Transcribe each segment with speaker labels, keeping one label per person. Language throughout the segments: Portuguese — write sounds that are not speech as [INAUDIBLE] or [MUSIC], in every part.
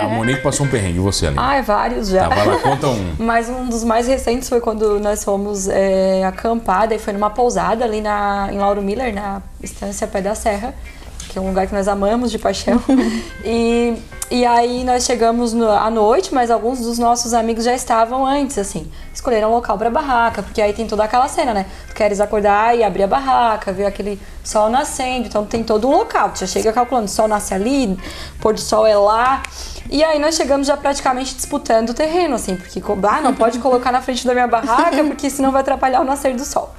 Speaker 1: A Monique passou um perrengue, você ali.
Speaker 2: Ai, Ah, é vários já.
Speaker 1: Tá, vai lá, conta um.
Speaker 2: [LAUGHS] Mas um dos mais recentes foi quando nós fomos é, acampar, daí foi numa pousada ali na, em Lauro Miller, na Estância Pé da Serra, que é um lugar que nós amamos de paixão. e, e aí nós chegamos no- à noite, mas alguns dos nossos amigos já estavam antes, assim. Escolheram um local pra barraca, porque aí tem toda aquela cena, né? Tu queres acordar e abrir a barraca, ver aquele sol nascendo, então tem todo um local. Tu já chega calculando, sol nasce ali, pôr do sol é lá. E aí nós chegamos já praticamente disputando o terreno, assim, porque co- ah, não pode colocar na frente da minha barraca, porque senão vai atrapalhar o nascer do sol.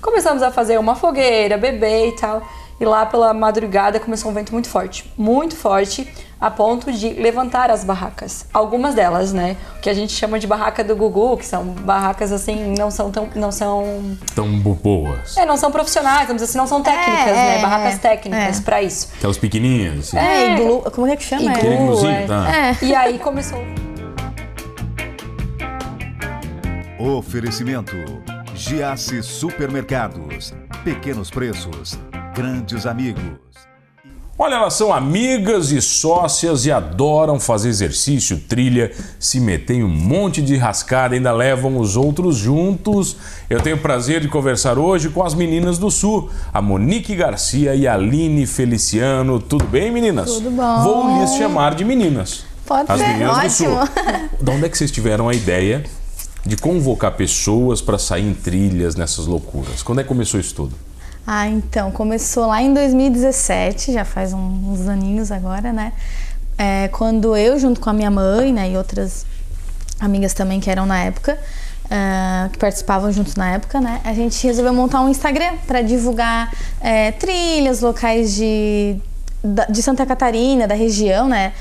Speaker 2: Começamos a fazer uma fogueira, beber e tal. E lá pela madrugada começou um vento muito forte, muito forte, a ponto de levantar as barracas. Algumas delas, né? O que a gente chama de barraca do Gugu, que são barracas assim, não são tão. não são.
Speaker 1: Tão bo- boas.
Speaker 2: É, não são profissionais, vamos dizer assim, não são técnicas,
Speaker 3: É,
Speaker 2: né?
Speaker 3: é,
Speaker 2: Barracas
Speaker 3: é.
Speaker 2: técnicas pra isso.
Speaker 1: Aquelas pequenininhas. Assim.
Speaker 3: É, iglu... Como é que chama?
Speaker 2: Iglu-
Speaker 1: Aquele igluzinho,
Speaker 2: é.
Speaker 1: tá?
Speaker 3: É.
Speaker 2: E aí começou.
Speaker 4: Oferecimento: Giasse Supermercados. Pequenos preços, grandes amigos.
Speaker 1: Olha, elas são amigas e sócias e adoram fazer exercício, trilha, se metem em um monte de rascada, ainda levam os outros juntos. Eu tenho o prazer de conversar hoje com as meninas do Sul, a Monique Garcia e a Aline Feliciano. Tudo bem, meninas?
Speaker 3: Tudo bom.
Speaker 1: Vou lhes chamar de meninas.
Speaker 3: Pode
Speaker 1: as
Speaker 3: ser,
Speaker 1: meninas do Sul.
Speaker 3: ótimo.
Speaker 1: De onde é que vocês tiveram a ideia de convocar pessoas para sair em trilhas nessas loucuras? Quando é que começou isso tudo?
Speaker 3: Ah, então, começou lá em 2017, já faz um- uns aninhos agora, né? É, quando eu, junto com a minha mãe, né, e outras amigas também que eram na época, ah, que participavam junto na época, né? A gente resolveu montar um Instagram para divulgar é, trilhas, locais de, da- de Santa Catarina, da região, né?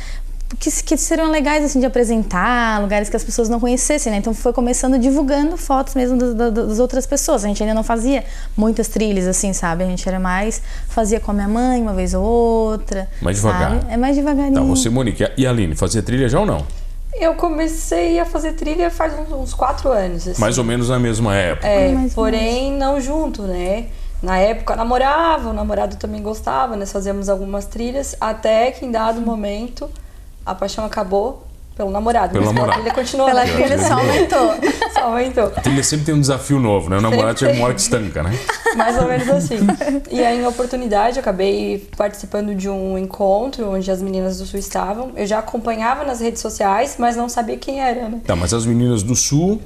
Speaker 3: Que, se- que seriam legais assim de apresentar, lugares que as pessoas não conhecessem, né? Então foi começando divulgando fotos mesmo do- do- do- das outras pessoas. A gente ainda não fazia muitas trilhas assim, sabe? A gente era mais fazia com a minha mãe uma vez ou outra.
Speaker 1: Mais devagar.
Speaker 3: sabe? É mais devagarinho.
Speaker 1: Tá, você, Monique. E a Aline, fazia trilha já ou não?
Speaker 2: Eu comecei a fazer trilha faz uns, uns quatro anos. assim.
Speaker 1: Mais ou menos na mesma época.
Speaker 2: É,
Speaker 3: Mais ou
Speaker 2: porém não junto, né? Na época eu namorava, o namorado também gostava, nós fazíamos algumas trilhas, até que em dado momento a paixão acabou pelo namorado.
Speaker 1: Pelo
Speaker 2: mas
Speaker 1: namorado.
Speaker 2: pela trilha continuou.
Speaker 3: Pela
Speaker 2: né?
Speaker 3: trilha só aumentou.
Speaker 2: [LAUGHS] Só aumentou.
Speaker 1: Trilha sempre tem um desafio novo, né? O namorado
Speaker 2: Sempre
Speaker 1: chega uma hora que estanca, né?
Speaker 2: Mais ou menos [LAUGHS] assim. E aí, em oportunidade, eu acabei participando de um encontro onde as meninas do Sul estavam. Eu já acompanhava nas redes sociais, mas não sabia quem era, né?
Speaker 1: Tá, mas as meninas do sul,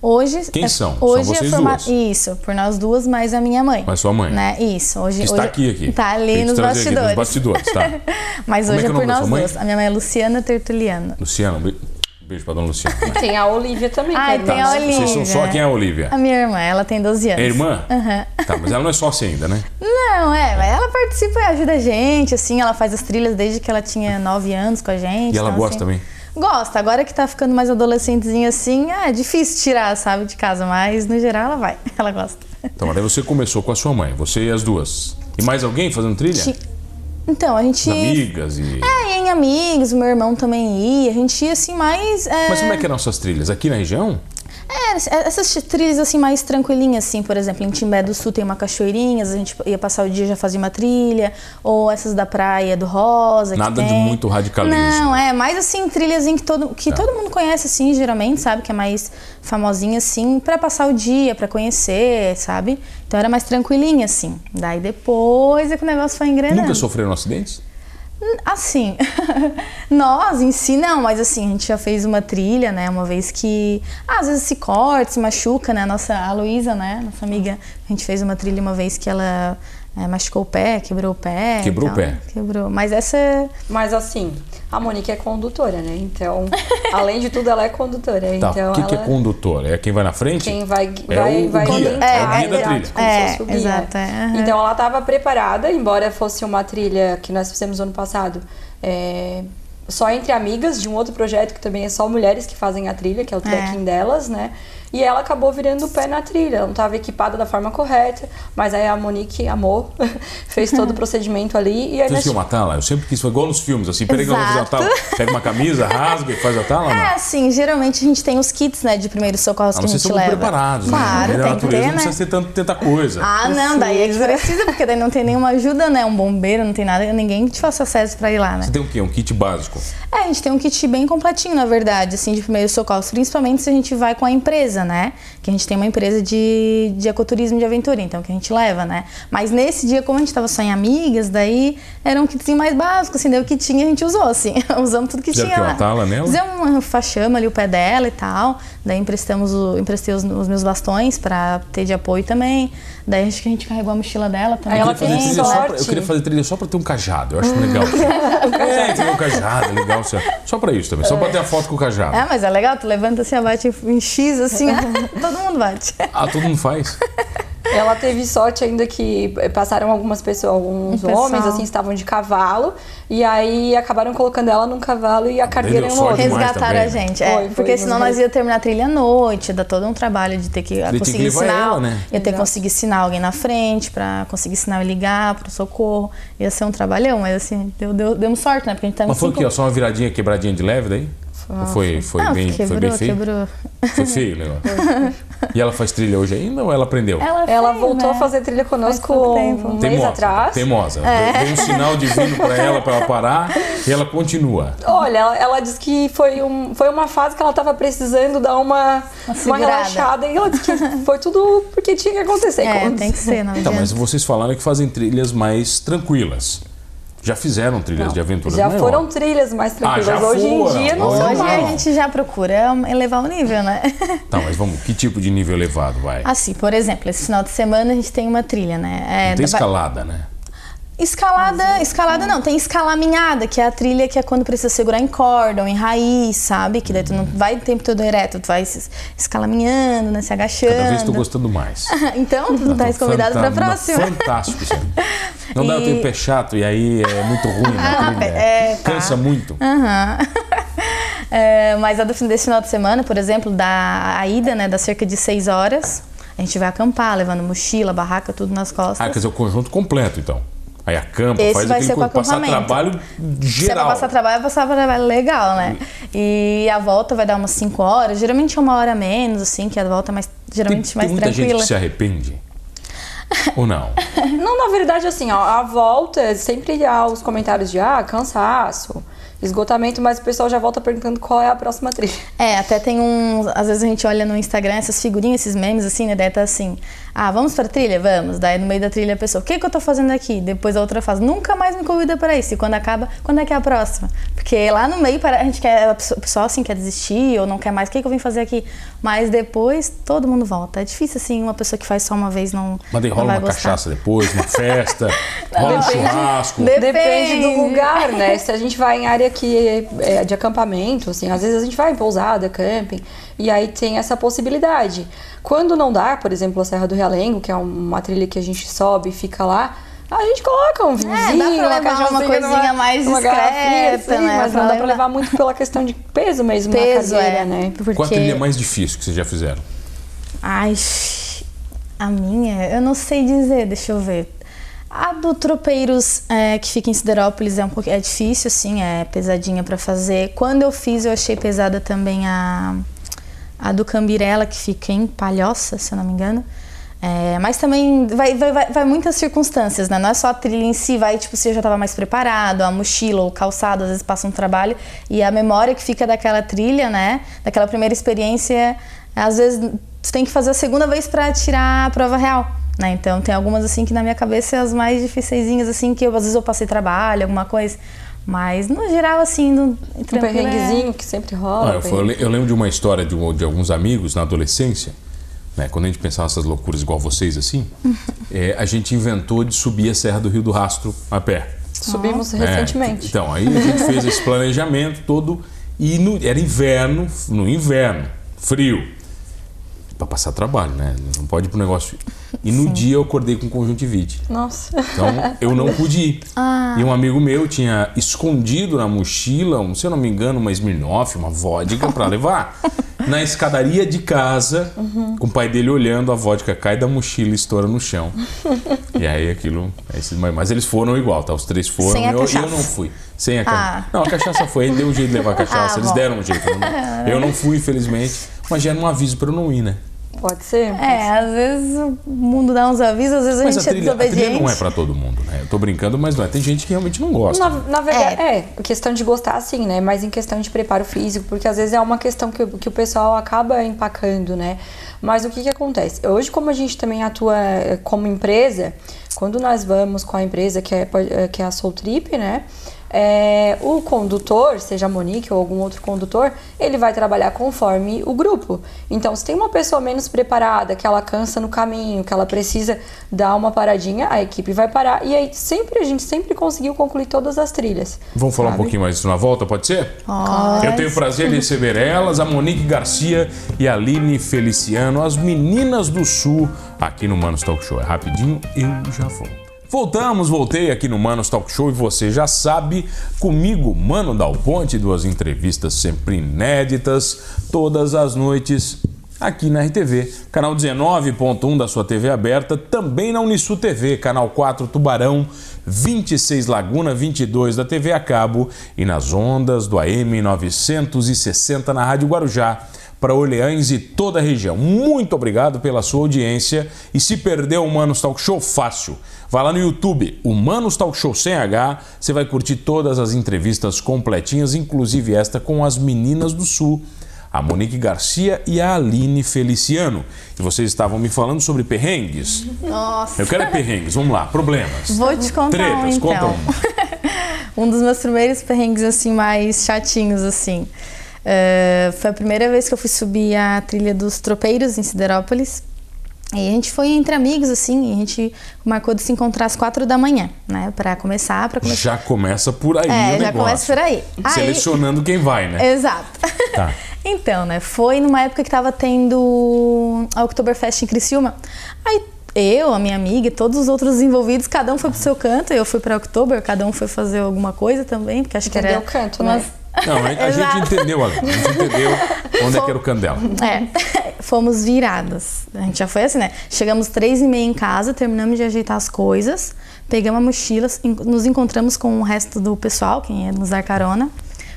Speaker 3: Hoje.
Speaker 1: Quem são? São
Speaker 3: Hoje
Speaker 1: vocês
Speaker 3: é forma-
Speaker 1: duas?
Speaker 3: Isso, por nós duas, mais a minha mãe.
Speaker 1: Mais sua mãe.
Speaker 3: Né? Isso. Hoje,
Speaker 1: que está
Speaker 3: hoje-
Speaker 1: aqui aqui.
Speaker 3: Tá ali
Speaker 1: Tem que
Speaker 3: nos
Speaker 1: trazer
Speaker 3: bastidores.
Speaker 1: Aqui nos bastidores, tá?
Speaker 3: [LAUGHS] Mas
Speaker 1: Como é que
Speaker 3: hoje é,
Speaker 1: é o
Speaker 3: por
Speaker 1: nome da
Speaker 3: nós
Speaker 1: sua mãe?
Speaker 3: duas. A minha mãe é Luciana Tertuliano.
Speaker 1: Luciana, um be- beijo pra dona Luciana. Tá,
Speaker 2: Tem a Olivia também.
Speaker 3: Ai,
Speaker 2: que
Speaker 3: tem
Speaker 2: era
Speaker 3: a
Speaker 2: nossa.
Speaker 3: Olivia.
Speaker 1: Vocês são só quem é a Olivia?
Speaker 3: A minha irmã, ela tem 12 anos.
Speaker 1: É irmã?
Speaker 3: Aham.
Speaker 1: Tá, mas ela não é sócia ainda, né?
Speaker 3: Não, é, mas ela participa e ajuda a gente, assim, ela faz as trilhas desde que ela tinha 9 anos com a gente.
Speaker 1: E ela
Speaker 3: então,
Speaker 1: gosta
Speaker 3: assim,
Speaker 1: também?
Speaker 3: Gosta, agora que tá ficando mais adolescentezinha assim, ah, é difícil tirar, sabe, de casa, mas no geral ela vai, [LAUGHS] ela gosta.
Speaker 1: Então, mas daí você começou com a sua mãe, você e as duas. E mais alguém fazendo trilha?
Speaker 3: Ti-
Speaker 1: É.
Speaker 3: Então, a gente.
Speaker 1: Amigas e.
Speaker 3: É, ia em amigos, meu irmão também ia, a gente ia assim mais. é,
Speaker 1: Mas como é que eram essas trilhas? Aqui na região?
Speaker 3: É, essas trilhas assim mais tranquilinhas, assim, por exemplo, em Timbé do Sul tem uma cachoeirinha, às vezes a gente ia passar o dia e já fazia uma trilha, ou essas da praia do Rosa. que
Speaker 1: Nada de
Speaker 3: tem.
Speaker 1: muito radicalismo. Tá.
Speaker 3: Não, é mais assim trilhas em que todo que todo mundo conhece assim, geralmente, sabe, que é mais famosinha assim, pra passar o dia, pra conhecer, sabe? Então era mais tranquilinha assim. Daí depois é que o negócio foi engrenando.
Speaker 1: Nunca sofreram acidentes?
Speaker 3: Assim, [LAUGHS] nós em si não, mas assim, a gente já fez uma trilha, né? Uma vez que ah, às vezes se corta, se machuca, né? A nossa, a Luísa, né? Nossa amiga, a gente fez uma trilha uma vez que ela eh, machucou o pé, quebrou o pé. e
Speaker 1: Quebrou o
Speaker 3: tal.
Speaker 1: pé.
Speaker 3: Quebrou. Mas essa. é
Speaker 2: Mas assim, a Monique é condutora, né? Então, [LAUGHS] além de tudo, ela é condutora.
Speaker 1: Tá,
Speaker 2: então,
Speaker 1: o que, que
Speaker 2: ela-
Speaker 1: é condutor? É quem vai na frente?
Speaker 2: Quem vai,
Speaker 1: É
Speaker 2: vai,
Speaker 1: o
Speaker 2: vai
Speaker 1: guia,
Speaker 2: orientar,
Speaker 3: é o guia da
Speaker 2: exato,
Speaker 1: trilha.
Speaker 2: como se fosse o
Speaker 3: É,
Speaker 2: guia.
Speaker 3: exato, é, aham.
Speaker 2: Então ela estava preparada, embora fosse uma trilha que nós fizemos ano passado, é,
Speaker 3: É.
Speaker 2: só entre amigas de um outro projeto que também é só mulheres que fazem a trilha, que é o trekking delas, né? E ela acabou virando o pé na trilha, ela não estava equipada da forma correta, mas aí a Monique amou, [LAUGHS] fez todo o procedimento ali. E aí
Speaker 1: Vocês tinham uma tala? Eu sempre quis, foi igual nos filmes, assim, peraí que eu vou fazer uma
Speaker 3: Exato.
Speaker 1: tala. Pega uma camisa, rasga e faz a tala? ou não?
Speaker 3: É, assim, geralmente a gente tem os kits, né, de primeiros socorros
Speaker 1: A
Speaker 3: que
Speaker 1: não
Speaker 3: a
Speaker 1: ser que
Speaker 3: gente
Speaker 1: Ah, são
Speaker 3: leva.
Speaker 1: muito preparados,
Speaker 3: claro,
Speaker 1: né? Na
Speaker 3: tem que
Speaker 1: natureza
Speaker 3: ter,
Speaker 1: não
Speaker 3: né?
Speaker 1: precisa ter tanto, tanta coisa.
Speaker 3: Ah, não, daí é que precisa, porque daí não tem nenhuma ajuda, né? Um bombeiro, não tem nada, ninguém te faça acesso pra ir lá, né?
Speaker 1: Você tem o quê? Um kit básico.
Speaker 3: É, a gente tem um kit bem completinho, na verdade, assim, de primeiros socorros, principalmente se a gente vai com a empresa, né? Que a gente tem uma empresa de, de ecoturismo de aventura, então que a gente leva, né? Mas nesse dia, como a gente tava só em amigas, daí era um kitzinho mais básico, assim, daí o que tinha a gente usou, assim, [LAUGHS] usamos tudo que
Speaker 1: Fizeram
Speaker 3: tinha
Speaker 1: o quê?
Speaker 3: lá.
Speaker 1: Uma tala nela?
Speaker 3: Fizemos uma faxama ali, o pé dela e tal, daí emprestamos o, emprestei os, os meus bastões pra ter de apoio também, daí acho que a gente carregou a mochila dela também.
Speaker 2: Aí
Speaker 1: Eu
Speaker 2: ela
Speaker 1: queria, fazer
Speaker 2: tem um
Speaker 1: trilha só pra, eu
Speaker 2: sorte.
Speaker 1: queria fazer trilha só pra ter um cajado. Eu
Speaker 3: Hum.
Speaker 1: acho
Speaker 3: [LAUGHS]
Speaker 1: legal. é, tem um cajado, legal. só- Só pra isso também. Só pra ter a foto com o cajado.
Speaker 3: É, mas é legal, tu levanta assim, abate em X, assim,
Speaker 2: [LAUGHS]
Speaker 3: todo mundo bate.
Speaker 1: Ah, todo mundo faz.
Speaker 3: É
Speaker 2: Ela teve sorte ainda que eh, passaram algumas pessoas, alguns
Speaker 3: Um pessoal.
Speaker 2: homens assim estavam de cavalo e aí acabaram colocando ela num cavalo e a cargueira
Speaker 1: deu
Speaker 2: em um
Speaker 1: sorte
Speaker 2: outro.
Speaker 1: demais
Speaker 3: Resgataram
Speaker 1: também, né?
Speaker 3: a gente, é.
Speaker 2: Foi, foi, um
Speaker 3: porque senão
Speaker 2: mas-
Speaker 3: nós ia terminar a trilha à noite, dá todo um trabalho de ter que
Speaker 1: que
Speaker 3: conseguir
Speaker 1: levar
Speaker 3: sinal.
Speaker 1: ela, né?
Speaker 3: Ia ter que conseguir sinal alguém na frente, pra conseguir sinal e ligar pro socorro. Ia ser um trabalhão, mas assim, deu, deu, demos sorte, né? Porque a gente tava
Speaker 1: Mas
Speaker 3: em
Speaker 1: foi o
Speaker 3: cinco-
Speaker 1: quê? Só uma viradinha, quebradinha de leve daí? Ou Foi, foi,
Speaker 3: Não,
Speaker 1: bem,
Speaker 3: quebrou,
Speaker 1: foi bem feio?
Speaker 3: quebrou.
Speaker 1: Foi feio o negócio. E ela faz trilha hoje ainda ou ela aprendeu?
Speaker 2: Ela
Speaker 3: fez,
Speaker 2: voltou
Speaker 3: né?
Speaker 2: a fazer trilha conosco
Speaker 3: pouco tempo.
Speaker 2: um mês
Speaker 1: né?
Speaker 2: atrás.
Speaker 1: Teimosa.
Speaker 3: É.
Speaker 1: Deu, deu um sinal divino pra ela, pra ela parar, e ela continua.
Speaker 2: Olha, ela, ela disse que foi, um, foi uma fase que ela tava precisando dar uma, uma,
Speaker 3: segurada.
Speaker 2: relaxada e ela disse
Speaker 3: [LAUGHS]
Speaker 2: que foi tudo porque tinha que acontecer.
Speaker 3: É,
Speaker 2: Como-
Speaker 3: tem que ser, não
Speaker 1: Então,
Speaker 3: adianta.
Speaker 1: mas vocês falaram que fazem trilhas mais tranquilas. Já fizeram trilhas de aventura?
Speaker 2: Já
Speaker 1: não é,
Speaker 2: foram
Speaker 1: ó?
Speaker 2: trilhas mais tranquilas.
Speaker 1: já
Speaker 2: Hoje
Speaker 1: foram.
Speaker 2: em dia não
Speaker 1: Olha
Speaker 2: são
Speaker 3: Hoje
Speaker 1: lá.
Speaker 3: a gente já procura elevar o nível, né? [LAUGHS]
Speaker 1: Tá, mas vamos, que tipo de nível elevado vai?
Speaker 3: Assim, por exemplo, esse final de semana a gente tem uma trilha, né? É,
Speaker 1: Tem
Speaker 3: vai-
Speaker 1: escalada, né?
Speaker 3: Escalada, escalada não, tem escalaminhada, que é a trilha que é quando precisa segurar em corda ou em raiz, sabe? Que daí tu
Speaker 1: Uhum.
Speaker 3: não vai o tempo todo ereto, tu vai se escalaminhando, né? Se agachando.
Speaker 1: Cada vez tô gostando mais.
Speaker 3: [LAUGHS] Então, tu tá convidado
Speaker 1: Fanta-
Speaker 3: pra próxima.
Speaker 1: Fantástico, isso aí. Não dá, eu
Speaker 3: E-
Speaker 1: tenho pé chato e aí é muito ruim na
Speaker 3: [LAUGHS] Ah,
Speaker 1: trilha.
Speaker 3: é, tá.
Speaker 1: Cansa muito.
Speaker 3: Aham. [LAUGHS] É, mas a do fim desse final de semana, por exemplo, da a ida, né? Dá cerca de seis horas. A gente vai acampar, levando mochila, barraca, tudo nas costas.
Speaker 1: Ah, quer dizer, o conjunto completo, então. Aí acampa,
Speaker 3: Esse
Speaker 1: faz
Speaker 3: vai
Speaker 1: aquele
Speaker 3: ser com
Speaker 1: co- passar
Speaker 3: acampamento.
Speaker 1: trabalho
Speaker 3: Se é pra
Speaker 1: geral.
Speaker 3: passar trabalho, é passar trabalho legal, né?
Speaker 1: Uhum.
Speaker 3: E a volta vai dar umas 5 horas. Geralmente é uma hora a menos, assim, que a volta é mais,
Speaker 1: tem,
Speaker 3: geralmente
Speaker 1: tem
Speaker 3: mais
Speaker 1: muita gente
Speaker 3: tranquila.
Speaker 1: que se arrepende. Ou não?
Speaker 2: Não, na verdade, assim, ó, a volta, é sempre há os comentários de ah, cansaço, esgotamento, mas o pessoal já volta perguntando qual é a próxima trilha.
Speaker 3: É, até tem uns. Às vezes a gente olha no Instagram essas figurinhas, esses memes, assim, né? Daí tá assim: ah, vamos pra trilha? Vamos. Daí no meio da trilha a pessoa: o que, que eu tô fazendo aqui? Depois a outra faz: nunca mais me convida pra isso. E quando acaba, quando é que é a próxima? Porque lá no meio para- a gente quer. a pessoa- O pessoal, assim, quer desistir ou não quer mais. O que, que eu vim fazer aqui? Mas depois todo mundo volta. É difícil, assim, uma pessoa que faz só uma vez não.
Speaker 1: Mas daí
Speaker 3: não
Speaker 1: rola
Speaker 3: vai
Speaker 1: uma
Speaker 3: gostar.
Speaker 1: cachaça depois, uma
Speaker 3: [LAUGHS]
Speaker 1: festa, rola um
Speaker 3: depende-
Speaker 1: churrasco.
Speaker 3: Depende.
Speaker 2: Depende do lugar, né? Se a gente vai em área que é de acampamento, assim, às vezes a gente vai em pousada, camping, e aí tem essa possibilidade. Quando não dá, por exemplo, a Serra do Realengo, que é uma trilha que a gente sobe e fica lá, a gente coloca um vinhozinho,
Speaker 3: É, pra levar
Speaker 2: cachaça,
Speaker 3: uma coisinha mais
Speaker 2: garrafinha, assim,
Speaker 3: discreta, né?
Speaker 2: Mas
Speaker 3: Pra
Speaker 2: não dá pra
Speaker 3: levar.
Speaker 2: levar muito pela questão de peso mesmo
Speaker 3: Peso,
Speaker 2: na cadeira,
Speaker 3: é.
Speaker 2: né?
Speaker 3: Porque...
Speaker 1: Qual a trilha mais difícil que vocês já fizeram?
Speaker 3: Ai, shh, a minha, eu não sei dizer, deixa eu ver. A do Tropeiros, é, que fica em Siderópolis, é um pouco, é difícil, assim, é pesadinha pra fazer. Quando eu fiz, eu achei pesada também a, a do Cambirela, que fica em Palhoça, se eu não me engano. É, mas também vai, vai, vai, vai muitas circunstâncias, né? Não é só a trilha em si, vai tipo se eu já estava mais preparado, a mochila ou o calçado, às vezes passa um trabalho e a memória que fica daquela trilha, né? Daquela primeira experiência, às vezes tu tem que fazer a segunda vez para tirar a prova real, né? Então tem algumas assim que na minha cabeça é as mais dificeisinhas assim que eu às vezes eu passei trabalho, alguma coisa, mas no geral assim, no,
Speaker 2: Um
Speaker 3: tranquilo, é-
Speaker 2: perrenguezinho que sempre rola. um
Speaker 1: Ah, eu, fui- eu le- eu lembro de uma história de, um- de alguns amigos na adolescência, né, quando a gente pensava essas loucuras igual vocês assim,
Speaker 3: Uhum.
Speaker 1: é, a gente inventou de subir a Serra do Rio do Rastro a pé.
Speaker 2: Subimos
Speaker 1: É,
Speaker 2: recentemente.
Speaker 1: Então, aí a gente fez esse planejamento todo e no- era inverno, no inverno, frio. Pra passar trabalho, né? Não pode ir pro negócio. E no dia eu acordei com conjuntivite.
Speaker 2: Nossa.
Speaker 1: Então eu não pude ir.
Speaker 3: Ah.
Speaker 1: E um amigo meu tinha escondido na mochila, um, se eu não me engano, uma Smirnoff, uma vodka
Speaker 3: [LAUGHS]
Speaker 1: pra levar. Na escadaria de casa, com o pai dele olhando, a vodka cai da mochila e estoura no chão. e aí aquilo. aí esses- mas- Mas eles foram igual, tá? Os três foram
Speaker 3: Sem a
Speaker 1: eu, eu
Speaker 3: cachaça.
Speaker 1: não fui. Sem a cachaça.
Speaker 3: Ah.
Speaker 1: Não, a cachaça foi, ele deu um jeito de levar a cachaça,
Speaker 3: [LAUGHS] Ah,
Speaker 1: eles
Speaker 3: bom.
Speaker 1: deram um jeito. eu
Speaker 3: [LAUGHS]
Speaker 1: não- Eu não fui, infelizmente. Mas já era um aviso pra eu não ir, né?
Speaker 2: Pode ser?
Speaker 3: É, às vezes o mundo dá uns avisos, às vezes
Speaker 1: Mas
Speaker 3: a
Speaker 1: a
Speaker 3: gente
Speaker 1: trilha,
Speaker 3: é
Speaker 1: a trilha
Speaker 3: desobediente.
Speaker 1: não é pra todo mundo, né? Eu tô brincando, mas não é. Tem gente que realmente não gosta.
Speaker 2: Na, na verdade, é. questão de gostar sim, né? Mas em questão de preparo físico, porque às vezes é uma questão que, o- que o pessoal acaba empacando, né? Mas o que que acontece? Hoje, como a gente também atua eh, como empresa, quando nós vamos com a empresa que é, pod- eh, que é a Soul Trip, né? É, o condutor, seja a Monique ou algum outro condutor, ele vai trabalhar conforme o grupo. Então, se tem uma pessoa menos preparada, que ela cansa no caminho, que ela precisa dar uma paradinha, a equipe vai parar. E aí, sempre a gente sempre conseguiu concluir todas as trilhas.
Speaker 1: Vamos falar um pouquinho mais disso na volta, pode ser?
Speaker 3: Pode.
Speaker 1: Eu tenho o prazer de receber elas, a Monique Garcia e a Aline Feliciano, as meninas do Sul, aqui no Manos Talk Show. É rapidinho, eu já volto. Voltamos, voltei aqui no Manos Talk Show e você já sabe, comigo, Mano Dal Ponte, duas entrevistas sempre inéditas, todas as noites aqui na RTV, canal 19.1 da sua TV aberta, também na Unisu TV, canal 4 Tubarão, 26 Laguna, 22 da TV a cabo e nas ondas do AM 960 na Rádio Guarujá. Para Orleans e toda a região. Muito obrigado pela sua audiência. E se perdeu o Humanos Talk Show, fácil. Vai lá no YouTube, Humanos Talk Show sem H. Você vai curtir todas as entrevistas completinhas, inclusive esta com as meninas do Sul a Monique Garcia e a Aline Feliciano. E vocês estavam me falando sobre perrengues.
Speaker 3: Nossa.
Speaker 1: Eu quero é perrengues, vamos lá, problemas.
Speaker 3: Vou te contar um,
Speaker 1: Tretas,
Speaker 3: então.
Speaker 1: conta uma.
Speaker 3: [LAUGHS] um dos meus primeiros perrengues, assim, mais chatinhos, assim. Eh, foi a primeira vez que eu fui subir a trilha dos tropeiros em Siderópolis. E a gente foi entre amigos, assim, e a gente marcou de se encontrar às quatro da manhã, né? Pra começar, pra começar.
Speaker 1: Já começa por aí
Speaker 3: é,
Speaker 1: o
Speaker 3: já
Speaker 1: negócio.
Speaker 3: começa por aí. aí
Speaker 1: Selecionando quem vai, né?
Speaker 3: Exato.
Speaker 1: Tá.
Speaker 3: [LAUGHS] então, né? Foi numa época que tava tendo a Oktoberfest em Criciúma. Aí eu, a minha amiga e todos os outros envolvidos, cada um foi pro seu canto, eu fui pra Oktober, cada um foi fazer alguma coisa também, porque acho que
Speaker 2: Entendeu
Speaker 3: era.
Speaker 2: o Tipo, canto,
Speaker 3: umas-
Speaker 2: né?
Speaker 1: Não, a, a gente
Speaker 3: Exato.
Speaker 1: entendeu agora. A gente entendeu onde é que era o Candela.
Speaker 3: É, [LAUGHS] fomos viradas. A gente já foi assim, né? Chegamos três e meia em casa, terminamos de ajeitar as coisas, pegamos a mochila, en- nos encontramos com o resto do pessoal, quem ia nos dar carona,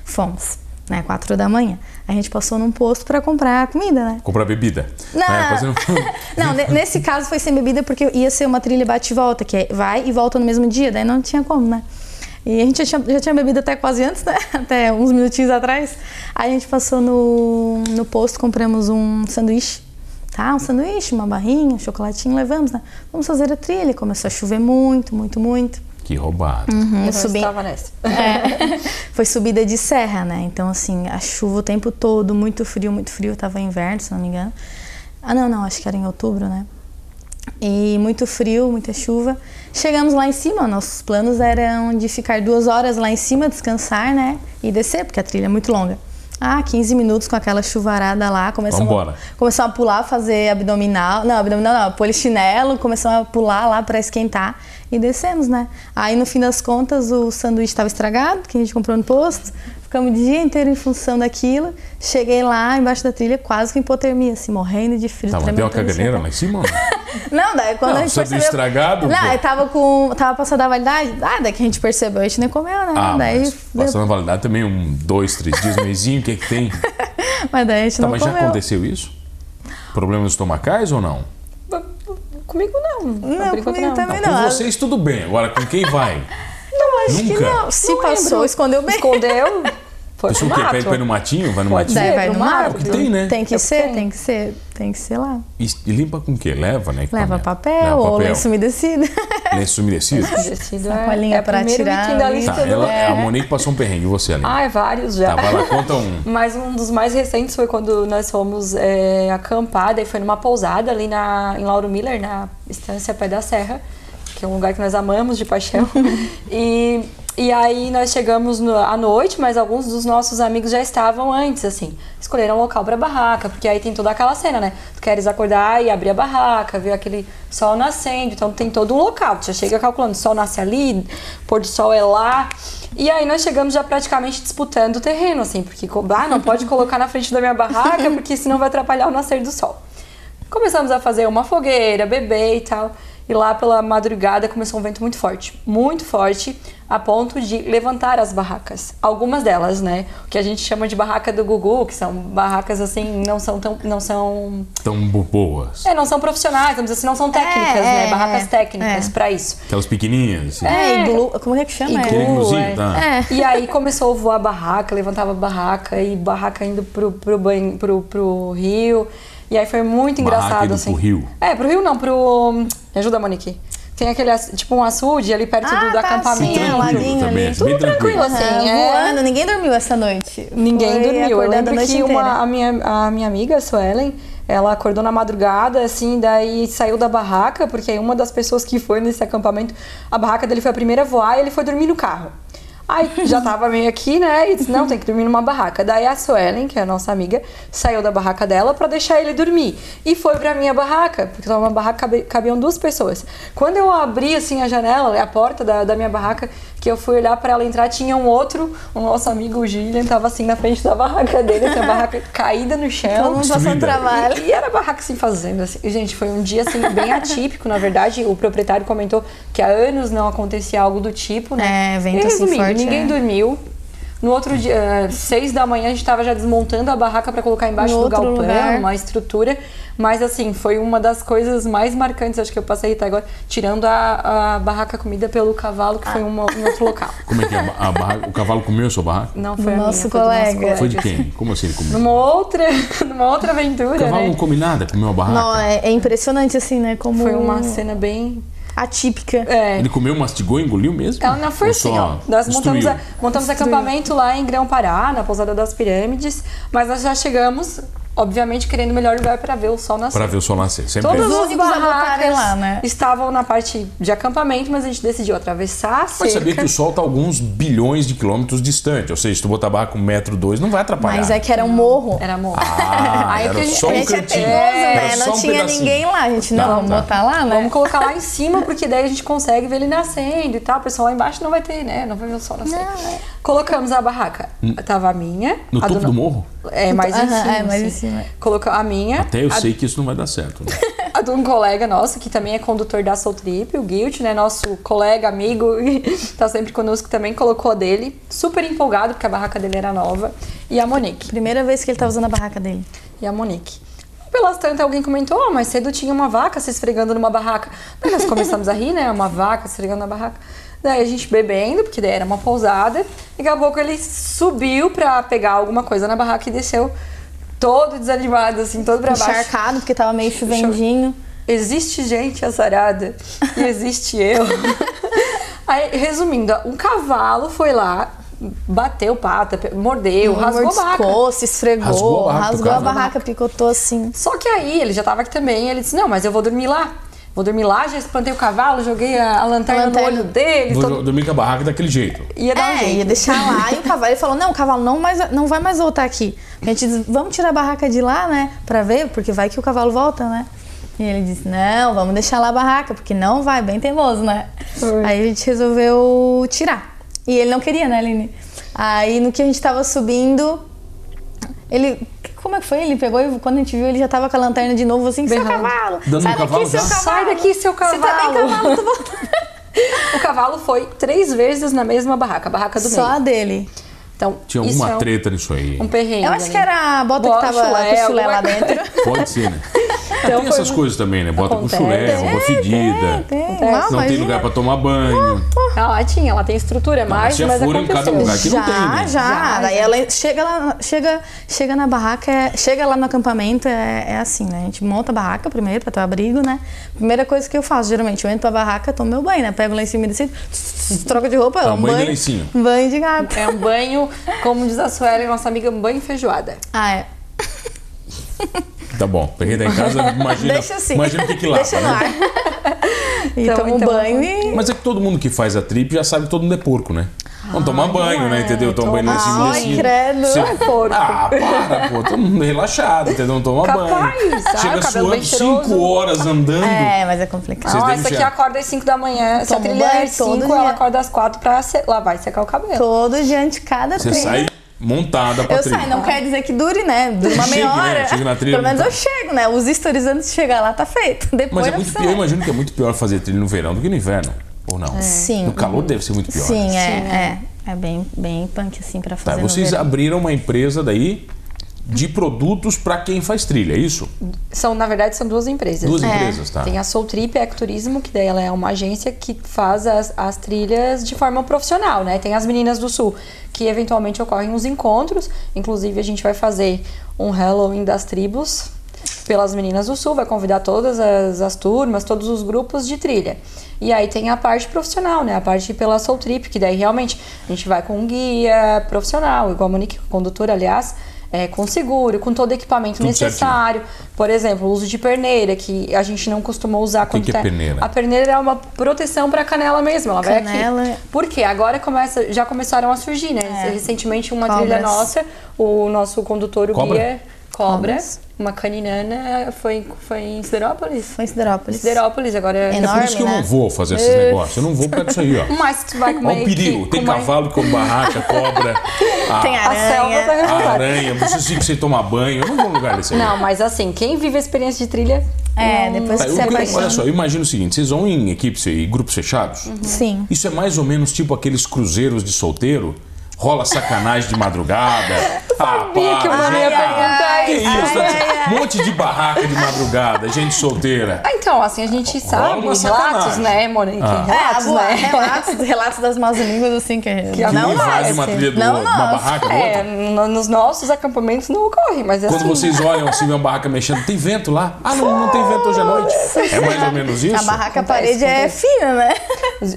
Speaker 3: fomos, né? Quatro da manhã. A gente passou num posto pra comprar comida, né?
Speaker 1: Comprar bebida.
Speaker 3: Não,
Speaker 1: É,
Speaker 3: [LAUGHS]
Speaker 1: fazendo- [LAUGHS]
Speaker 3: Não, ne- nesse caso foi sem bebida porque ia ser uma trilha bate e volta, que é vai e volta no mesmo dia, daí não tinha como, né? E a gente já tinha, já tinha bebido até quase antes, né? [LAUGHS] Até uns minutinhos atrás. Aí a gente passou no, no posto, compramos um sanduíche, tá? Um sanduíche, uma barrinha, um chocolatinho, levamos, né? Vamos fazer a trilha. Começou a chover muito, muito, muito.
Speaker 1: Que roubado.
Speaker 3: Hum,
Speaker 2: Eu não
Speaker 3: subi-
Speaker 2: estava nessa.
Speaker 3: é. [LAUGHS] Foi subida de serra, né? Então, assim, a chuva o tempo todo, muito frio, muito frio. Tava inverno, se não me engano. Ah, não, não, acho que era em outubro, né? E muito frio, muita chuva. Chegamos lá em cima, nossos planos eram de ficar duas horas lá em cima, descansar, né? E descer, porque a trilha é muito longa. Ah, 15 minutos com aquela chuvarada lá, começamos
Speaker 1: Vambora.
Speaker 3: a, começamos a pular, fazer abdominal, não, abdominal não, polichinelo, começamos a pular lá pra esquentar e descemos, né? Aí no fim das contas o sanduíche estava estragado, que a gente comprou no posto, ficamos o dia inteiro em função daquilo, cheguei lá embaixo da trilha quase com hipotermia, assim, morrendo de frio.
Speaker 1: Tá, mas
Speaker 3: tremendo
Speaker 1: deu uma
Speaker 3: todo o
Speaker 1: caganeira
Speaker 3: chão.
Speaker 1: lá em
Speaker 3: [LAUGHS]
Speaker 1: cima?
Speaker 3: Não, daí quando
Speaker 1: Não,
Speaker 3: a gente
Speaker 1: sanduíche
Speaker 3: percebeu...
Speaker 1: estragado, pô.
Speaker 3: Não, eu tava com... Tava passando a validade. Ah, daí que a gente percebeu, a gente nem comeu, né?
Speaker 1: Ah,
Speaker 3: daí...
Speaker 1: mas
Speaker 3: deu-
Speaker 1: passando a validade também, um, dois, três dias, mesinho, o que é que tem?
Speaker 3: [LAUGHS] Mas daí a gente
Speaker 1: Tá,
Speaker 3: não
Speaker 1: mas já
Speaker 3: comeu.
Speaker 1: aconteceu isso? Problemas estomacais ou não?
Speaker 2: Comigo não.
Speaker 3: Não,
Speaker 2: por enquanto,
Speaker 3: comigo também
Speaker 1: Com
Speaker 3: não.
Speaker 1: vocês tudo bem, agora com quem vai?
Speaker 3: Não, acho que
Speaker 1: Nunca?
Speaker 3: não. Se
Speaker 2: Não
Speaker 3: passou,
Speaker 2: lembro.
Speaker 3: escondeu bem. [LAUGHS]
Speaker 2: Escondeu. Foi pro
Speaker 1: Isso o quê? Vai,
Speaker 2: mato.
Speaker 1: vai é no matinho? Vai no matinho?
Speaker 3: Daí vai
Speaker 2: no
Speaker 3: no
Speaker 2: mato.
Speaker 3: mato.
Speaker 1: É o que tem, né?
Speaker 3: Tem que
Speaker 2: É o que
Speaker 3: ser,
Speaker 2: tem.
Speaker 3: tem. que ser. Tem que ser lá.
Speaker 1: E e limpa com o quê? Leva, né?
Speaker 3: Leva
Speaker 1: equipamento?
Speaker 3: papel,
Speaker 1: Leva
Speaker 3: ou
Speaker 1: papel.
Speaker 3: lenço umedecido.
Speaker 1: lenço
Speaker 2: [LAUGHS]
Speaker 1: umedecido.
Speaker 2: Decido, é,
Speaker 3: Sacolinha
Speaker 2: é o
Speaker 3: pra
Speaker 2: primeiro
Speaker 3: tirar,
Speaker 2: item da
Speaker 3: né?
Speaker 2: lista
Speaker 1: Tá,
Speaker 2: do...
Speaker 1: ela, a Monique passou um perrengue, e você ali.
Speaker 2: Ah, é vários
Speaker 1: Tá,
Speaker 2: já.
Speaker 1: vai
Speaker 2: [LAUGHS]
Speaker 1: lá, conta um.
Speaker 2: Mas um dos mais recentes foi quando nós fomos é, acampar, daí foi numa pousada ali na, em Lauro Miller, na Estância Pé da Serra, que é um lugar que nós amamos de paixão. e E aí nós chegamos no- à noite, mas alguns dos nossos amigos já estavam antes, assim. Escolheram um local pra barraca, porque aí tem toda aquela cena, né? Tu queres acordar e abrir a barraca, ver aquele sol nascendo. Então tem todo um local. Tu já chega calculando, sol nasce ali, pôr do sol é lá. E aí nós chegamos já praticamente disputando o terreno, assim, porque co- ah, não pode colocar na frente da minha barraca, porque senão vai atrapalhar o nascer do sol. Começamos a fazer uma fogueira, beber e tal. E lá pela madrugada começou um vento muito forte, muito forte, a ponto de levantar as barracas. Algumas delas, né? O que a gente chama de barraca do Gugu, que são barracas assim, não são tão. não são.
Speaker 1: Tão bo- boas.
Speaker 2: É, não são profissionais, vamos dizer assim, não são técnicas,
Speaker 3: É,
Speaker 2: né?
Speaker 3: é,
Speaker 2: Barracas
Speaker 3: é.
Speaker 2: técnicas pra isso.
Speaker 1: Aquelas pequenininhas. assim.
Speaker 3: [LAUGHS] É, iglu... Como é que chama?
Speaker 1: Aquele
Speaker 2: Iglu,
Speaker 1: igluzinho,
Speaker 2: é.
Speaker 1: tá?
Speaker 3: É.
Speaker 2: E aí começou a voar barraca, levantava barraca e barraca indo pro, pro, banho, pro, pro rio. E aí foi muito
Speaker 1: Barraca
Speaker 2: engraçado,
Speaker 1: indo
Speaker 2: assim.
Speaker 1: pro rio?
Speaker 2: É, pro rio não, pro. Me ajuda, Monique. Tem aquele, aç- tipo, um açude ali perto
Speaker 3: Ah,
Speaker 2: do, do
Speaker 3: tá,
Speaker 2: acampamento.
Speaker 3: sim, é lá
Speaker 1: Assim, Tranquilo
Speaker 3: Ladinho
Speaker 1: também.
Speaker 3: ali.
Speaker 1: assim, Bem tranquilo.
Speaker 2: tranquilo, assim.
Speaker 3: Ah,
Speaker 2: é.
Speaker 3: Voando, ninguém dormiu essa noite.
Speaker 2: Ninguém
Speaker 3: Foi
Speaker 2: dormiu. Eu
Speaker 3: acordado a
Speaker 2: lembro
Speaker 3: noite
Speaker 2: que uma,
Speaker 3: inteira.
Speaker 2: a, minha, a minha amiga, a Suelen, ela acordou na madrugada, assim, daí saiu da barraca, porque aí uma das pessoas que foi nesse acampamento, a barraca dele foi a primeira a voar e ele foi dormir no carro. Aí já tava meio aqui, né? E disse,
Speaker 3: [LAUGHS]
Speaker 2: não, tem que dormir numa barraca. Daí a Suelen, que é a nossa amiga, saiu da barraca dela pra deixar ele dormir. E foi pra minha barraca, porque numa barraca cabe- cabiam duas pessoas. Quando eu abri, assim, a janela, a porta da, da minha barraca, que eu fui olhar pra ela entrar, tinha um outro, o nosso amigo o Gillian, tava assim na frente da barraca dele, essa barraca caída no
Speaker 3: Todo
Speaker 2: chão.
Speaker 3: mundo passando
Speaker 1: Destruída.
Speaker 2: [LAUGHS]
Speaker 3: trabalho.
Speaker 2: E, e era barraca assim fazendo assim. E, Gente, foi um dia assim bem atípico, na verdade. O proprietário comentou que há anos não acontecia algo do tipo, né?
Speaker 3: É, vento
Speaker 2: e,
Speaker 3: assim
Speaker 2: resumindo,
Speaker 3: forte,
Speaker 2: ninguém
Speaker 3: é.
Speaker 2: dormiu. No outro dia, eh, seis da manhã, a gente tava já desmontando a barraca pra colocar embaixo
Speaker 3: No
Speaker 2: do
Speaker 3: outro
Speaker 2: galpão,
Speaker 3: lugar.
Speaker 2: uma estrutura. Mas assim, foi uma das coisas mais marcantes, acho que eu passei até agora, tirando a, a barraca comida pelo cavalo,
Speaker 3: Ah.
Speaker 2: que foi uma, em outro local.
Speaker 1: Como é que é? A barraca- o cavalo comeu a sua barraca?
Speaker 2: Não foi a
Speaker 3: Nosso
Speaker 2: minha, foi do nosso
Speaker 3: colega.
Speaker 2: colega.
Speaker 1: Foi de quem? Como assim ele comeu?
Speaker 2: Numa outra, [LAUGHS] numa outra aventura,
Speaker 1: O cavalo
Speaker 2: né?
Speaker 1: não come nada, comeu a barraca.
Speaker 3: Não, é, é impressionante, assim, né? Como
Speaker 2: Foi uma cena bem.
Speaker 3: atípica.
Speaker 2: É.
Speaker 1: Ele comeu, mastigou, engoliu mesmo?
Speaker 2: Ela não foi
Speaker 1: Ou
Speaker 2: assim, ó.
Speaker 1: só
Speaker 2: Nós montamos,
Speaker 1: destruiu?
Speaker 2: a- montamos acampamento lá em Grão-Pará, na Pousada das Pirâmides, mas nós já chegamos, obviamente, querendo o melhor lugar para ver o sol nascer.
Speaker 1: Pra ver o sol nascer. Sempre
Speaker 2: Todas
Speaker 1: é.
Speaker 3: Os
Speaker 2: as
Speaker 3: únicos a voltarem
Speaker 2: barracas
Speaker 3: lá, né?
Speaker 2: estavam na parte de acampamento, mas a gente decidiu atravessar a
Speaker 1: Mas sabia que
Speaker 2: cerca.
Speaker 1: o sol tá alguns bilhões de quilômetros distante. Ou seja, se tu botar a barraca com um metro dois, não vai atrapalhar.
Speaker 3: Mas é que era um morro.
Speaker 2: Era amor.
Speaker 1: Ah,
Speaker 2: Aí
Speaker 1: era
Speaker 2: que a gente-
Speaker 1: só
Speaker 3: A
Speaker 1: um
Speaker 3: gente é
Speaker 1: cantinho.
Speaker 3: teimoso,
Speaker 1: Era
Speaker 3: né?
Speaker 1: só
Speaker 3: Não
Speaker 1: um
Speaker 3: tinha
Speaker 1: pedacinho.
Speaker 3: ninguém lá. A gente, não,
Speaker 1: Tá,
Speaker 3: vamos
Speaker 1: tá.
Speaker 3: botar lá, né?
Speaker 2: Vamos colocar lá em cima, porque daí a gente consegue ver ele nascendo e tal. O pessoal lá embaixo não vai ter, né? Não vai ver o sol nascer.
Speaker 3: é.
Speaker 2: Colocamos a barraca. Tava a minha.
Speaker 1: Hum. No
Speaker 2: a
Speaker 1: topo do morro?
Speaker 2: É, mais em
Speaker 3: Aham,
Speaker 2: cima.
Speaker 3: é, mais em
Speaker 2: assim.
Speaker 3: cima.
Speaker 2: Colocou a minha.
Speaker 1: Até eu
Speaker 2: a
Speaker 1: sei que isso não vai dar certo.
Speaker 3: [LAUGHS]
Speaker 1: né?
Speaker 2: [LAUGHS] a de um colega nosso, que também é condutor da Soul Trip, o Guilt, né? Nosso colega, amigo, [LAUGHS] tá sempre conosco também, colocou a dele. Super empolgado, porque a barraca dele era nova. E a Monique.
Speaker 3: Primeira vez que ele tá usando a barraca dele.
Speaker 2: E a Monique. Pelas tantas, alguém comentou, "Ah, mas cedo tinha uma vaca se esfregando numa barraca. Daí nós começamos a rir, né? Uma vaca se esfregando na barraca. Daí a gente bebendo, porque daí era uma pousada. E daqui a pouco ele subiu pra pegar alguma coisa na barraca e desceu todo desanimado, assim, todo pra baixo.
Speaker 3: Encharcado, porque tava meio chovendinho.
Speaker 2: Existe gente azarada e existe eu. [LAUGHS] Aí, resumindo, um cavalo foi lá, bateu pata, pe- mordeu, rasgou a barraca.
Speaker 3: Hum, Mordiscou, se esfregou,
Speaker 1: Rasgou
Speaker 3: rasgou
Speaker 1: a barraca
Speaker 3: a barraca,
Speaker 1: do cara.
Speaker 3: picotou assim.
Speaker 2: Só que aí ele já tava aqui também, ele disse: Não, mas eu vou dormir lá. Vou dormir lá, já espantei o cavalo, joguei a, a lanterna,
Speaker 3: A lanterna.
Speaker 2: no olho dele.
Speaker 1: Vou
Speaker 3: Então
Speaker 2: todo-
Speaker 1: dormir com a barraca daquele jeito.
Speaker 2: Ia dar um
Speaker 3: É,
Speaker 2: jeito.
Speaker 3: ia deixar lá. E o cavalo ele falou: não, o cavalo não, mais, não vai mais voltar aqui. A gente disse: vamos tirar a barraca de lá, né? Pra ver, porque vai que o cavalo volta, né? E ele disse: não, vamos deixar lá a barraca, porque não vai, bem teimoso, né?
Speaker 2: Foi.
Speaker 3: Aí a gente resolveu tirar. E ele não queria, né, Aline? Aí no que a gente tava subindo, ele. Como é que foi? Ele pegou e quando a gente viu, ele já tava com a lanterna de novo, assim, seu
Speaker 2: Berrando.
Speaker 3: cavalo!
Speaker 1: Dando
Speaker 3: sai
Speaker 1: no cavalo
Speaker 3: daqui, seu
Speaker 1: já?
Speaker 3: um cavalo!
Speaker 2: Sai daqui, seu
Speaker 3: Você tá bem,
Speaker 2: cavalo."
Speaker 3: cavalo,
Speaker 2: [LAUGHS]
Speaker 3: tu volta.
Speaker 2: O cavalo foi três vezes na mesma barraca, a barraca do
Speaker 3: Só a
Speaker 2: meio.
Speaker 3: dele.
Speaker 2: Então,
Speaker 1: Tinha
Speaker 2: isso
Speaker 1: alguma
Speaker 2: é um,
Speaker 1: treta nisso aí.
Speaker 2: um perrengue.
Speaker 3: Eu acho que
Speaker 2: né?
Speaker 3: era a bota
Speaker 2: Bota,
Speaker 3: que tava lá, com
Speaker 2: chulé,
Speaker 3: o chulé lá
Speaker 2: alguma coisa.
Speaker 3: dentro.
Speaker 1: [LAUGHS] Pode ser, né?
Speaker 2: Então,
Speaker 3: Então
Speaker 1: tem essas
Speaker 3: um
Speaker 1: coisas também, né? Bota
Speaker 2: Acontece.
Speaker 1: com chulé, [LAUGHS] roupa fedida.
Speaker 3: É, Tem,
Speaker 2: Não
Speaker 3: não,
Speaker 1: Não tem
Speaker 3: imagina.
Speaker 1: lugar pra tomar banho.
Speaker 2: Ah, Ela tinha, ela tem estrutura, mas,
Speaker 1: tinha
Speaker 2: mas é
Speaker 1: furo em
Speaker 2: aconteceu.
Speaker 1: cada lugar. Aqui não
Speaker 3: já,
Speaker 1: tem, né?
Speaker 3: já,
Speaker 2: Já,
Speaker 3: Daí
Speaker 2: já.
Speaker 3: ela chega lá, chega, chega na barraca, é- chega lá no acampamento, é, é assim, né? A gente monta a barraca primeiro pra ter o abrigo, né? Primeira coisa que eu faço, geralmente, eu entro pra barraca, tomo meu banho, né? Pego lá em cima e desci, troco de roupa,
Speaker 1: Ah,
Speaker 3: um
Speaker 1: banho de
Speaker 3: banho,
Speaker 1: lencinho.
Speaker 3: banho de gato.
Speaker 2: É um banho, como diz a Suelen, nossa amiga, um banho e feijoada.
Speaker 3: Ah, é.
Speaker 1: Tá bom. Perrei em
Speaker 3: [LAUGHS]
Speaker 1: casa, imagina.
Speaker 3: Deixa assim.
Speaker 1: Imagina o que que lá. né?
Speaker 3: Deixa no ar. [LAUGHS] e
Speaker 2: Então,
Speaker 3: tomo um
Speaker 2: então,
Speaker 3: banho e...
Speaker 1: Mas é que todo mundo que faz a trip já sabe que todo mundo é porco, né? Vamos tomar banho, né? Entendeu? Tomar banho nesse
Speaker 3: Ai,
Speaker 1: imbecil.
Speaker 3: credo.
Speaker 1: Você-
Speaker 2: Porco.
Speaker 1: Ah, para, pô. Todo mundo relaxado, entendeu? Não toma
Speaker 2: Capaz,
Speaker 1: banho.
Speaker 2: ah,
Speaker 1: Chega
Speaker 2: o cabelo bem
Speaker 1: suando cinco
Speaker 2: cheiroso.
Speaker 1: horas andando.
Speaker 3: É, mas é complicado.
Speaker 1: Vocês
Speaker 2: Não,
Speaker 1: devem
Speaker 2: essa aqui
Speaker 1: já-
Speaker 2: acorda às 5 da manhã. Se a
Speaker 3: Toma um
Speaker 2: trilha é
Speaker 3: banho todo
Speaker 2: 5,
Speaker 3: dia.
Speaker 2: ela acorda às 4 pra se... lavar e secar o cabelo.
Speaker 3: Todo diante de cada
Speaker 1: Você
Speaker 3: trilha.
Speaker 1: sai montada pra
Speaker 3: Eu
Speaker 1: trilha.
Speaker 3: saio, não quer dizer que dure, né? Dura uma
Speaker 1: Chegue,
Speaker 3: meia
Speaker 1: né?
Speaker 3: hora.
Speaker 1: Chega na trilha,
Speaker 3: Pelo menos
Speaker 1: não
Speaker 3: eu chego, né? Os stories antes de chegar lá tá feito. [LAUGHS] Depois
Speaker 1: Mas é
Speaker 3: eu
Speaker 1: muito
Speaker 3: preciso-
Speaker 1: pior. Eu imagino que é muito pior fazer trilha no verão do que no inverno. Ou não?
Speaker 3: É. Sim.
Speaker 1: No calor deve ser muito pior.
Speaker 3: Sim, é, é. É bem, bem punk, assim, pra
Speaker 1: Tá,
Speaker 3: fazer no
Speaker 1: vocês
Speaker 3: verão.
Speaker 1: abriram uma empresa daí de produtos pra quem faz trilha, é isso?
Speaker 2: São, na verdade, são duas empresas.
Speaker 1: Duas
Speaker 3: É.
Speaker 2: né?
Speaker 1: empresas, tá?
Speaker 2: Tem a Soul Trip Ecoturismo, que daí ela é uma agência que faz as, as trilhas de forma profissional, né? Tem as Meninas do Sul, que eventualmente ocorrem uns encontros. Inclusive, a gente vai fazer um Halloween das tribos pelas Meninas do Sul, vai convidar todas as, as turmas, todos os grupos de trilha. E aí tem a parte profissional, né? A parte pela Soul Trip, que daí realmente a gente vai com um guia profissional, igual a Monique, condutora, aliás, é, com seguro, com todo o equipamento
Speaker 1: Tudo certinho.
Speaker 2: necessário necessário. Por exemplo, o uso de perneira, que a gente não costuma usar quando
Speaker 1: que é
Speaker 2: tá-
Speaker 1: perneira?
Speaker 2: A perneira é uma proteção para canela mesmo, ela vai
Speaker 3: Canela. é-
Speaker 2: aqui. Por quê? Agora começa, já começaram a surgir, né? Recentemente uma
Speaker 3: Cobras.
Speaker 2: trilha nossa, o nosso condutor, o
Speaker 1: Cobra?
Speaker 2: guia, cobra,
Speaker 3: Cobras.
Speaker 2: uma caninana, foi, foi em Siderópolis.
Speaker 3: Foi em Siderópolis.
Speaker 2: Siderópolis, agora é...
Speaker 1: É por isso que eu
Speaker 3: né?
Speaker 1: não vou fazer esses negócios. Eu não vou por causa disso aí, ó.
Speaker 2: Mas tu vai comer
Speaker 1: Olha o um perigo. Tem cavalo com barraca, cobra, a,
Speaker 3: Tem
Speaker 2: A selva tá
Speaker 1: a
Speaker 2: revoltada.
Speaker 1: aranha. Vocês tinham que você tomar banho. Eu não vou em lugar desse aí.
Speaker 2: Não, mas assim, quem vive a experiência de trilha...
Speaker 3: É, depois
Speaker 1: Tá,
Speaker 3: que
Speaker 1: eu-
Speaker 3: você
Speaker 1: eu- olha
Speaker 3: apaixona.
Speaker 1: só, eu imagino o seguinte: vocês vão em equipes e grupos fechados?
Speaker 3: Uhum. Sim.
Speaker 1: Isso é mais ou menos tipo aqueles cruzeiros de solteiro? Rola sacanagem de madrugada. ah,
Speaker 2: Sabia que o Mano ia
Speaker 1: gente, Ah,
Speaker 2: perguntar
Speaker 1: Que
Speaker 2: isso.
Speaker 1: isso? Um monte de barraca de madrugada, gente solteira.
Speaker 2: Ah, Então, assim, a gente sabe
Speaker 1: uma
Speaker 2: relatos,
Speaker 1: sacanagem.
Speaker 2: né, Monique?
Speaker 3: Ah,
Speaker 2: Relatos,
Speaker 3: boa,
Speaker 2: né?
Speaker 3: relatos, relatos das más línguas, assim, que,
Speaker 2: um
Speaker 1: Que
Speaker 3: não
Speaker 1: um invade uma
Speaker 3: nasce.
Speaker 1: trilha do
Speaker 3: Não
Speaker 1: outro, uma
Speaker 3: nasce.
Speaker 1: barraca do
Speaker 2: [LAUGHS] É,
Speaker 1: outro.
Speaker 2: no- nos nossos acampamentos não ocorre, mas assim.
Speaker 1: Quando vocês olham assim, vê uma barraca mexendo, tem vento lá? Ah, não, não tem vento hoje à noite. É mais ou menos isso?
Speaker 3: A barraca, a
Speaker 2: Acontece,
Speaker 3: parede é
Speaker 2: acontece.
Speaker 3: fina, né?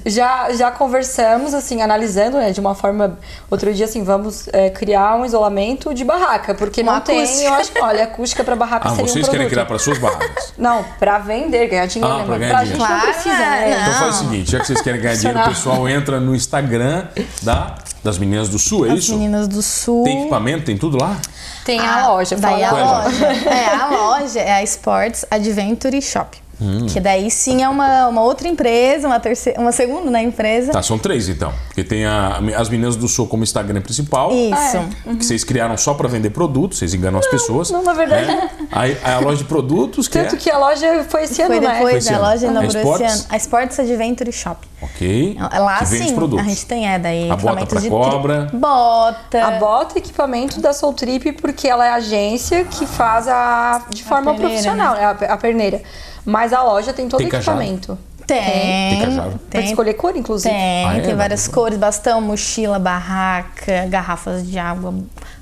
Speaker 2: já, já conversamos, assim, analisando, né, de uma forma. Outro dia, assim, vamos é, criar um isolamento de barraca, porque
Speaker 3: Uma
Speaker 2: não tem.
Speaker 3: Um acústica.
Speaker 2: Eu acho que, olha, acústica pra barraca
Speaker 1: Ah,
Speaker 2: seria um
Speaker 1: vocês
Speaker 2: produto.
Speaker 1: querem criar para suas
Speaker 3: [LAUGHS]
Speaker 1: barracas.
Speaker 2: Não, pra vender, ganhar dinheiro,
Speaker 1: Ah,
Speaker 2: né?
Speaker 1: pra
Speaker 2: Mas
Speaker 1: ganhar
Speaker 2: pra
Speaker 1: dinheiro.
Speaker 2: gente não precisa,
Speaker 3: é.
Speaker 2: né?
Speaker 1: Então faz o
Speaker 3: Ah.
Speaker 1: seguinte, já que vocês querem ganhar dinheiro, o pessoal entra no Instagram da, das Meninas do Sul, é
Speaker 3: As
Speaker 1: isso?
Speaker 3: meninas do sul.
Speaker 1: Tem equipamento, tem tudo lá?
Speaker 2: Tem a loja,
Speaker 3: Ah, Daí
Speaker 2: fala
Speaker 3: a
Speaker 2: da
Speaker 1: loja.
Speaker 3: loja. É, a loja é a Sports Adventure Shop.
Speaker 1: Hum.
Speaker 3: Que daí sim é uma, uma outra empresa, uma, terceira, uma segunda né, empresa.
Speaker 1: Tá, são três então. Porque tem a- as Meninas do Sul como Instagram principal.
Speaker 3: Isso.
Speaker 2: É.
Speaker 3: Uhum.
Speaker 1: Que vocês criaram só pra vender produtos, vocês enganam as pessoas.
Speaker 2: Não, na verdade.
Speaker 1: né? Aí aí a loja de produtos, que
Speaker 2: Tanto
Speaker 1: é.
Speaker 2: que a loja foi esse ano, né?
Speaker 3: Foi
Speaker 1: Foi
Speaker 3: depois,
Speaker 1: esse
Speaker 3: a
Speaker 1: ano.
Speaker 3: loja inaugurou
Speaker 1: A
Speaker 3: esse
Speaker 1: Sports?
Speaker 3: ano. A Sports Adventure Shop. É
Speaker 1: Ok.
Speaker 3: Lá
Speaker 1: que vende
Speaker 3: sim,
Speaker 1: produtos.
Speaker 3: a gente tem, é, daí
Speaker 1: A bota pra
Speaker 3: equipamentos de
Speaker 1: cobra.
Speaker 3: tri- Bota.
Speaker 2: A bota é equipamento da Soul Trip porque ela é a agência que faz a de forma
Speaker 3: perneira,
Speaker 2: profissional, né? A, pe- a perneira. Mas a loja tem todo
Speaker 1: Tem
Speaker 2: o
Speaker 1: cajado?
Speaker 2: equipamento.
Speaker 3: Tem.
Speaker 1: Tem cajado?
Speaker 2: Pode
Speaker 3: Tem.
Speaker 2: escolher cor, inclusive.
Speaker 3: Tem,
Speaker 1: Ah, é?
Speaker 3: tem
Speaker 1: Dá
Speaker 3: várias
Speaker 1: pra-
Speaker 3: cores, bastão, mochila, barraca, garrafas de água,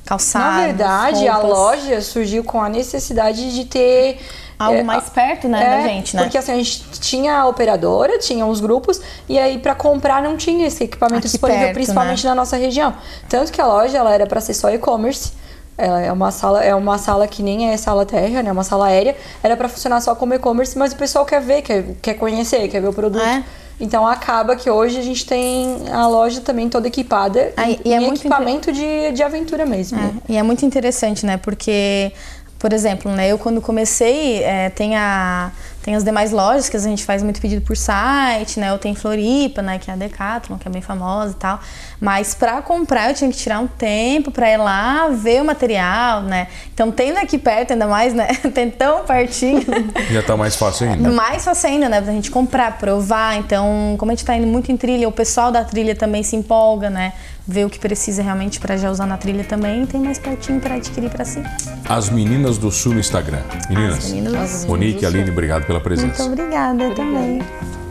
Speaker 3: calçado.
Speaker 2: Na verdade, a
Speaker 3: roupas.
Speaker 2: loja surgiu com a necessidade de ter
Speaker 3: Algo
Speaker 2: é,
Speaker 3: mais perto, né,
Speaker 2: é,
Speaker 3: da gente, né?
Speaker 2: Porque assim, a gente tinha a operadora, tinha os grupos, e aí pra comprar não tinha esse equipamento
Speaker 3: Aqui
Speaker 2: disponível,
Speaker 3: perto,
Speaker 2: principalmente
Speaker 3: né?
Speaker 2: na nossa região. Tanto que a loja ela era pra ser só e-commerce. Ela é uma sala, é uma sala que nem é sala terra, né? Uma sala aérea. Era pra funcionar só como e-commerce, mas o pessoal quer ver, quer, quer conhecer, quer ver o produto.
Speaker 3: Ah, é?
Speaker 2: Então acaba que hoje a gente tem a loja também toda equipada
Speaker 3: Ah,
Speaker 2: e,
Speaker 3: e é
Speaker 2: em
Speaker 3: muito
Speaker 2: equipamento de, de aventura mesmo. né?
Speaker 3: É, e é muito interessante, né? Porque, por exemplo, né, eu quando comecei, é, tem, a, tem as demais lojas que a gente faz muito pedido por site, né? Ou tem Floripa, né? Que é a Decathlon, que é bem famosa e tal. Mas pra comprar eu tinha que tirar um tempo pra ir lá ver o material, né? Então tendo aqui perto, ainda mais, né? [LAUGHS] Tem tão pertinho.
Speaker 1: Já tá mais fácil ainda.
Speaker 3: Mais fácil ainda, né? Pra gente comprar, provar. Então, como a gente tá indo muito em trilha, o pessoal da trilha também se empolga, né? Vê o que precisa realmente pra já usar na trilha também. E tem mais pertinho pra adquirir pra si.
Speaker 1: As Meninas do Sul no Instagram. Meninas.
Speaker 3: As meninas.
Speaker 1: Monique, Aline, obrigado pela
Speaker 3: Muito
Speaker 1: presença.
Speaker 3: obrigada também.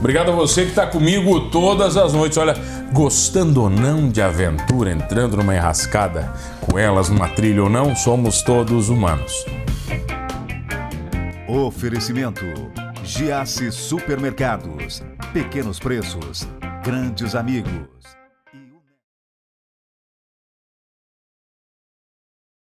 Speaker 1: Obrigado a você que está comigo todas as noites. Olha, gostando ou não de aventura, entrando numa enrascada, com elas numa trilha ou não, somos todos humanos.
Speaker 4: Oferecimento: Giasse Supermercados. Pequenos preços, grandes amigos.